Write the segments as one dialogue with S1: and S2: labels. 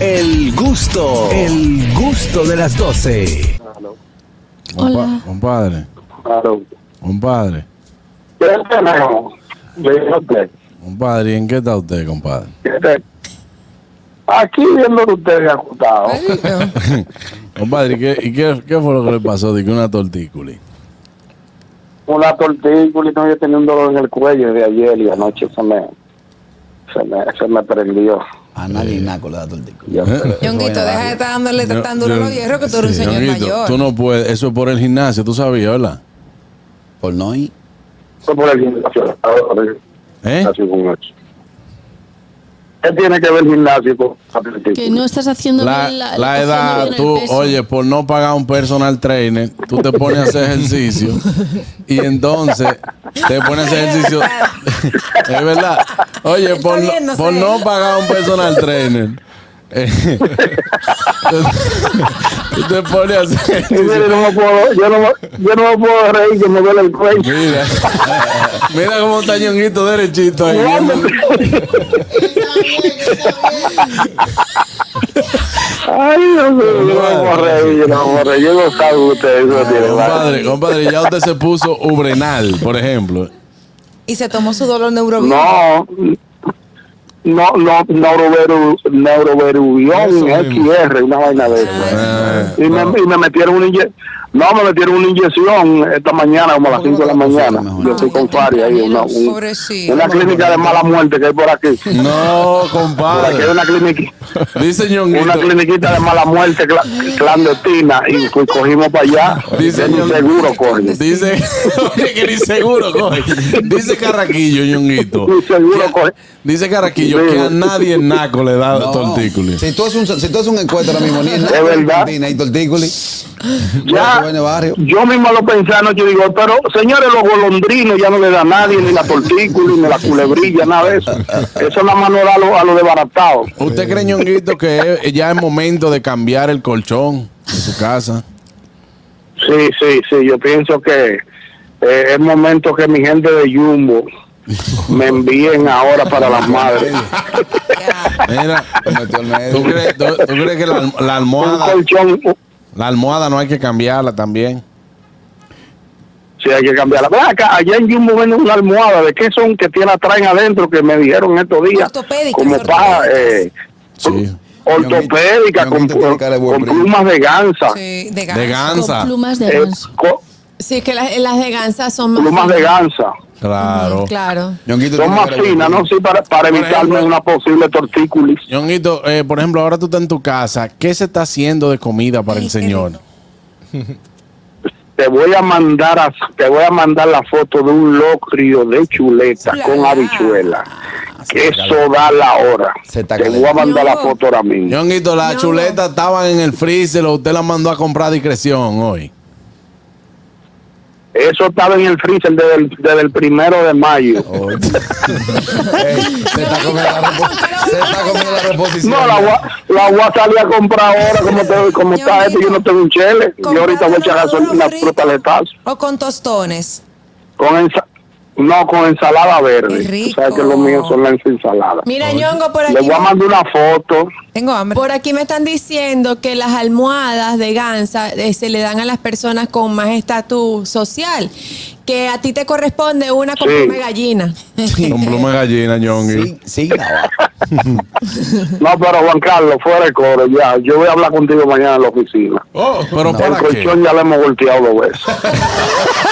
S1: El gusto, el gusto de las 12.
S2: Aló.
S3: Hola.
S4: Compadre,
S2: Aló.
S4: compadre,
S2: ¿Qué tenemos? Le digo a usted.
S4: compadre, ¿y en qué está usted, compadre?
S2: ¿Qué te- Aquí viendo que usted me ha acostado.
S4: Compadre, ¿y qué, y qué, qué fue lo que le pasó? Dice una tortícula.
S2: Una tortícula y no, yo tenía un dolor en el cuello de ayer y anoche se me, se me, se me prendió.
S5: A nadie naco le da tortícula.
S2: Yo-
S3: Ñonguito, deja de estar dándole
S4: Yo-
S3: tan duro a los
S4: yo-
S3: hierros que tú eres un
S4: sí.
S3: señor
S4: Ñonguito,
S3: mayor.
S4: Tú no puedes, eso es por el gimnasio, tú sabías, ¿verdad?
S5: Por no ir.
S2: Fue por el gimnasio.
S4: ¿Eh?
S2: Gimnasio con ocho. ¿Qué tiene que ver el gimnasio con la tortícula?
S3: Que no estás haciendo
S4: La,
S3: bien
S4: la
S3: la, haciendo
S4: edad,
S3: bien el
S4: tú,
S3: peso.
S4: oye, por no pagar un personal trainer, tú te pones a hacer ejercicio y entonces te pones a hacer ejercicio. es verdad. Oye,
S3: Está
S4: por, no-
S3: riéndose.
S4: por no pagar un personal trainer. eh, tú te pones a hacer
S2: Y mire,
S4: ejercicio.
S2: no me puedo, yo, no, me- yo no me puedo reír que me duele el cuello.
S4: Mira, mira cómo está ñonguito derechito ahí. viendo-
S2: Ay, Dios mío, yo no me puedo reír, yo no me puedo reír. Yo no salgo ustedes, eso tiene
S4: Compadre, compadre, ya usted se puso ubrenal, por ejemplo.
S3: Y se tomó su dolor neurobiótico.
S2: No, no, no, neuroveru, neuroverubión,
S4: Eso mismo.
S2: XR, una vaina de
S4: Ah,
S2: eso. Y me, y me metieron una inye- no, me metieron una inyección esta mañana, como a las 5 de la mañana. Yo estoy con Fari ahí, una, un-
S3: Pobrecito.
S2: una clínica de mala muerte que hay por aquí.
S4: No,
S2: Por aquí hay
S4: compadre.
S2: una clínica.
S4: Dice
S2: una
S4: ñonguito.
S2: cliniquita de mala muerte cla- clandestina y co- cogimos para allá.
S4: Dice
S2: Dice un
S4: ñonguito.
S2: seguro, coño.
S4: Dice, oye, que ni seguro, coge. Dice Carraquillo, ñonguito.
S2: Ni seguro, coge.
S4: Dice Carraquillo que a nadie en naco le da tortícula.
S5: Si tú haces un, si tú haces un encuentro ahora mismo, ni en
S2: Es verdad.
S5: ni en cantina, hay tortícula.
S2: Ya,
S5: Bueno, barrio.
S2: yo mismo lo pensé anoche y digo, pero señores, los golondrinos ya no le da a nadie, ni la tortícula, ni la culebrilla, nada de eso. Eso nada más no da a los lo desbaratados.
S4: ¿Usted cree, ñonguito, que es- ya es momento de cambiar el colchón de su casa?
S2: Sí, sí, sí, yo pienso que eh, es momento que mi gente de Jumbo me envíen ahora para las madres.
S3: Ya.
S4: Mira,
S5: Lo metió al medio.
S4: ¿tú crees, tú- tú crees que la, la
S2: Un
S4: almohada,
S2: colchón, un-
S4: la almohada no hay que cambiarla también?
S2: Sí, hay que cambiarla. Ven acá, allá en Jumbo venden una almohada. ¿De qué son que tiene traen adentro que me dijeron estos días?
S3: Ortopédicas,
S2: Como para eh,
S4: Sí.
S2: ortopédica, con,
S5: Ñonguito, Ñonguito tiene cara de buen
S2: con
S5: primo.
S2: plumas de ganza.
S3: Sí, de ganso.
S4: De ganza.
S6: Con plumas de
S2: Eh,
S6: ganso.
S2: co-
S6: Sí, que las, las de gansa son más.
S2: plumas de ganza.
S4: Claro.
S6: Claro.
S5: Ñonguito
S2: Son
S5: tiene
S2: más
S5: cara de
S2: finas, ¿no?
S5: buen
S2: Sí, para, para
S4: Por
S2: evitarme
S4: ejemplo.
S2: una posible tortícolis.
S4: Ñonguito, eh, por ejemplo, ahora tú estás en tu casa. ¿Qué se está haciendo de comida para el señor?
S2: Te voy a mandar a, te voy a mandar la foto de un locrio de chuleta
S3: Ulala.
S2: con habichuela. Eso da la hora.
S5: Se está
S2: Te voy a mandar la
S3: No.
S2: foto ahora mismo.
S4: Ñonguito, las
S3: No.
S4: chuletas estaban en el freezer. o Usted las mandó a comprar a discreción hoy.
S2: Eso estaba en el freezer desde el, desde el primero de mayo.
S4: Oh.
S5: Ey, se está comiendo la repo- se está comiendo la reposición.
S2: No, la voy, a- la voy a salir a comprar ahora, como, te, como está esto, yo no tengo un chele. Yo ahorita voy a echar
S3: Comprate
S2: gasolina,
S3: unos
S2: fruta
S3: fritos
S2: letazo.
S3: O con tostones.
S2: Con ensa- no, con ensalada verde.
S3: Qué rico.
S2: Tú sabes que lo mío son las ensaladas.
S6: Mira, Ñongo, por
S2: Le
S6: aquí.
S2: voy a mandar una foto.
S3: Tengo hambre.
S6: Por aquí me están diciendo que las almohadas de gansa eh, se le dan a las personas con más estatus social. Que a ti te corresponde una con
S2: Sí.
S6: pluma de gallina.
S4: Con pluma de gallina, Ñonguito.
S5: Sí, sí, la
S2: No, pero Juan Carlos, fuera de coro ya. Yo voy a hablar contigo mañana en la oficina.
S4: Oh, pero
S2: El
S4: ¿para qué?
S2: colchón ya lo hemos volteado dos veces.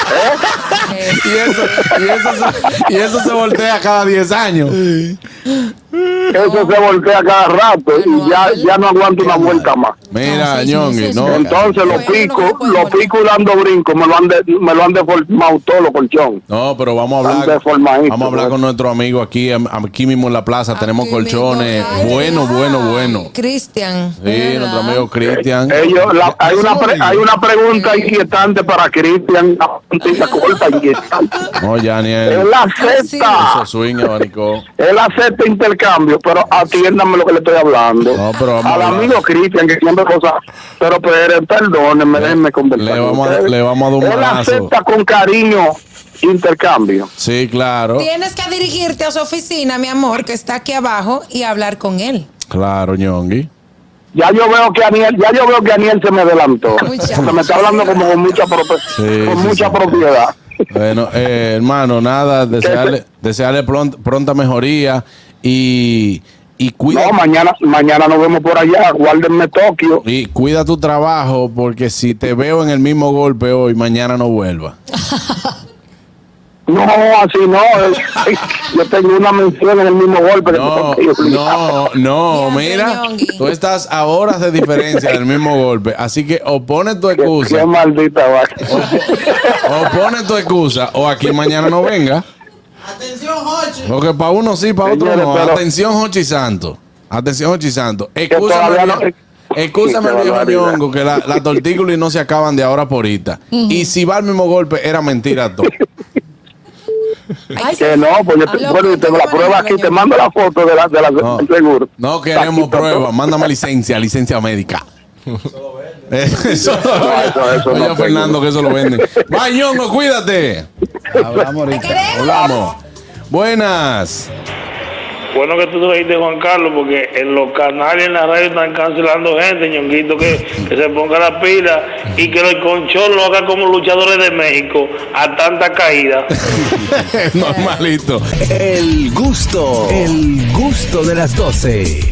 S3: Eh,
S4: Y eso, y, eso se, y eso se voltea cada 10 años.
S2: Eso se voltea cada rato y ya, ya no aguanto una vuelta más.
S4: Mira,
S6: No, sí, sí,
S4: Ñongi,
S6: sí, sí.
S4: no.
S2: Entonces los
S3: Bueno, no se
S2: picos,
S3: puede
S2: los
S3: voltear.
S2: picos dando brinco, me lo han, de, me lo han deformado todo los colchón.
S4: No, pero vamos a
S2: Tan
S4: hablar.
S2: deformadito,
S4: Vamos a hablar
S2: pues.
S4: con nuestro amigo aquí, am- aquí mismo en la plaza. Tenemos
S3: aquí
S4: colchones.
S3: mismo, ay,
S4: Bueno,
S3: ay,
S4: bueno, bueno.
S3: Cristian.
S4: Sí, nuestro amigo Cristian.
S2: Ellos, la- hay, una pre- hay una pregunta inquietante para Cristian, una preguntita corta inquietante.
S4: No, ya ni él.
S2: Él
S4: Eso
S2: acepta,
S4: swing, abanico.
S2: él acepta intercambio, pero atiéndame lo que le estoy hablando.
S4: No, pero vamos a
S2: Al
S4: hablar.
S2: amigo Cristian, que siempre cosas, pero, pero perdónenme, déjenme conversar.
S4: le
S2: con
S4: vamos a-
S2: ustedes.
S4: le vamos a dar un
S2: Él
S4: balazo.
S2: acepta con cariño intercambio.
S4: Sí, claro.
S3: Tienes que dirigirte a su oficina, mi amor, que está aquí abajo, y hablar con él.
S4: Claro, Ñongi.
S2: Ya yo veo que Aniel, ya yo veo que Aniel se me adelantó.
S3: Muchas
S2: Porque me está hablando como con mucha prope-
S4: Sí,
S2: con
S4: sí,
S2: mucha
S4: sí.
S2: propiedad.
S4: Bueno, eh, hermano, nada, desearle, desearle plon- pronta mejoría y, y cuida.
S2: No, mañana, mañana nos vemos por allá, guárdenme Tokio.
S4: Y cuida tu trabajo porque si te veo en el mismo golpe hoy, mañana no vuelva.
S2: No, así no. eh, Yo tengo una mención en el mismo golpe. que
S4: No,
S2: me tengo que ir.
S4: no, no,
S3: Ya,
S4: mira,
S3: Ñongui.
S4: tú estás a horas de diferencia del mismo golpe, así que o pones tu
S2: Qué- Qué
S4: excusa,
S2: maldita vaca.
S4: o pones tu excusa, o aquí mañana no venga. Atención, Hochi. Porque para uno sí, para otro
S2: Señores,
S4: no.
S2: pero-
S4: Atención, Hochi Santo. Atención, Hochi Santo.
S2: todavía
S4: Excúsame,
S2: no-
S4: viejo- excúsame,
S2: Qué
S4: viejo
S2: barbaridad.
S4: Ñongo, que la- las tortículas no se acaban de ahora por ahorita. Y si va al mismo golpe, era mentira todo.
S3: Ay,
S2: Que no, pues yo te,
S3: Hablo
S2: bueno, yo
S3: con
S2: tengo la
S3: tu
S2: prueba
S3: hermano,
S2: aquí, te
S3: Ñongo.
S2: mando la foto de la, de la
S4: No,
S2: del seguro.
S4: no queremos
S2: Aquí está
S4: pruebas.
S2: todo.
S4: Mándame licencia, licencia médica. Eh, Eso lo
S2: No, eso- eso
S4: Oye,
S2: no
S4: Fernando, que eso lo venden. Bañongo, cuídate.
S5: Hablamos ahorita.
S4: Hablamos. Buenas.
S7: Bueno que tú trajiste Juan Carlos, porque en los canales, en la radio están cancelando gente, ñonguito, que, que se ponga la pila y que el conchón lo haga como luchadores de México a tanta caída.
S4: Normalito.
S1: El gusto, el gusto de las 12.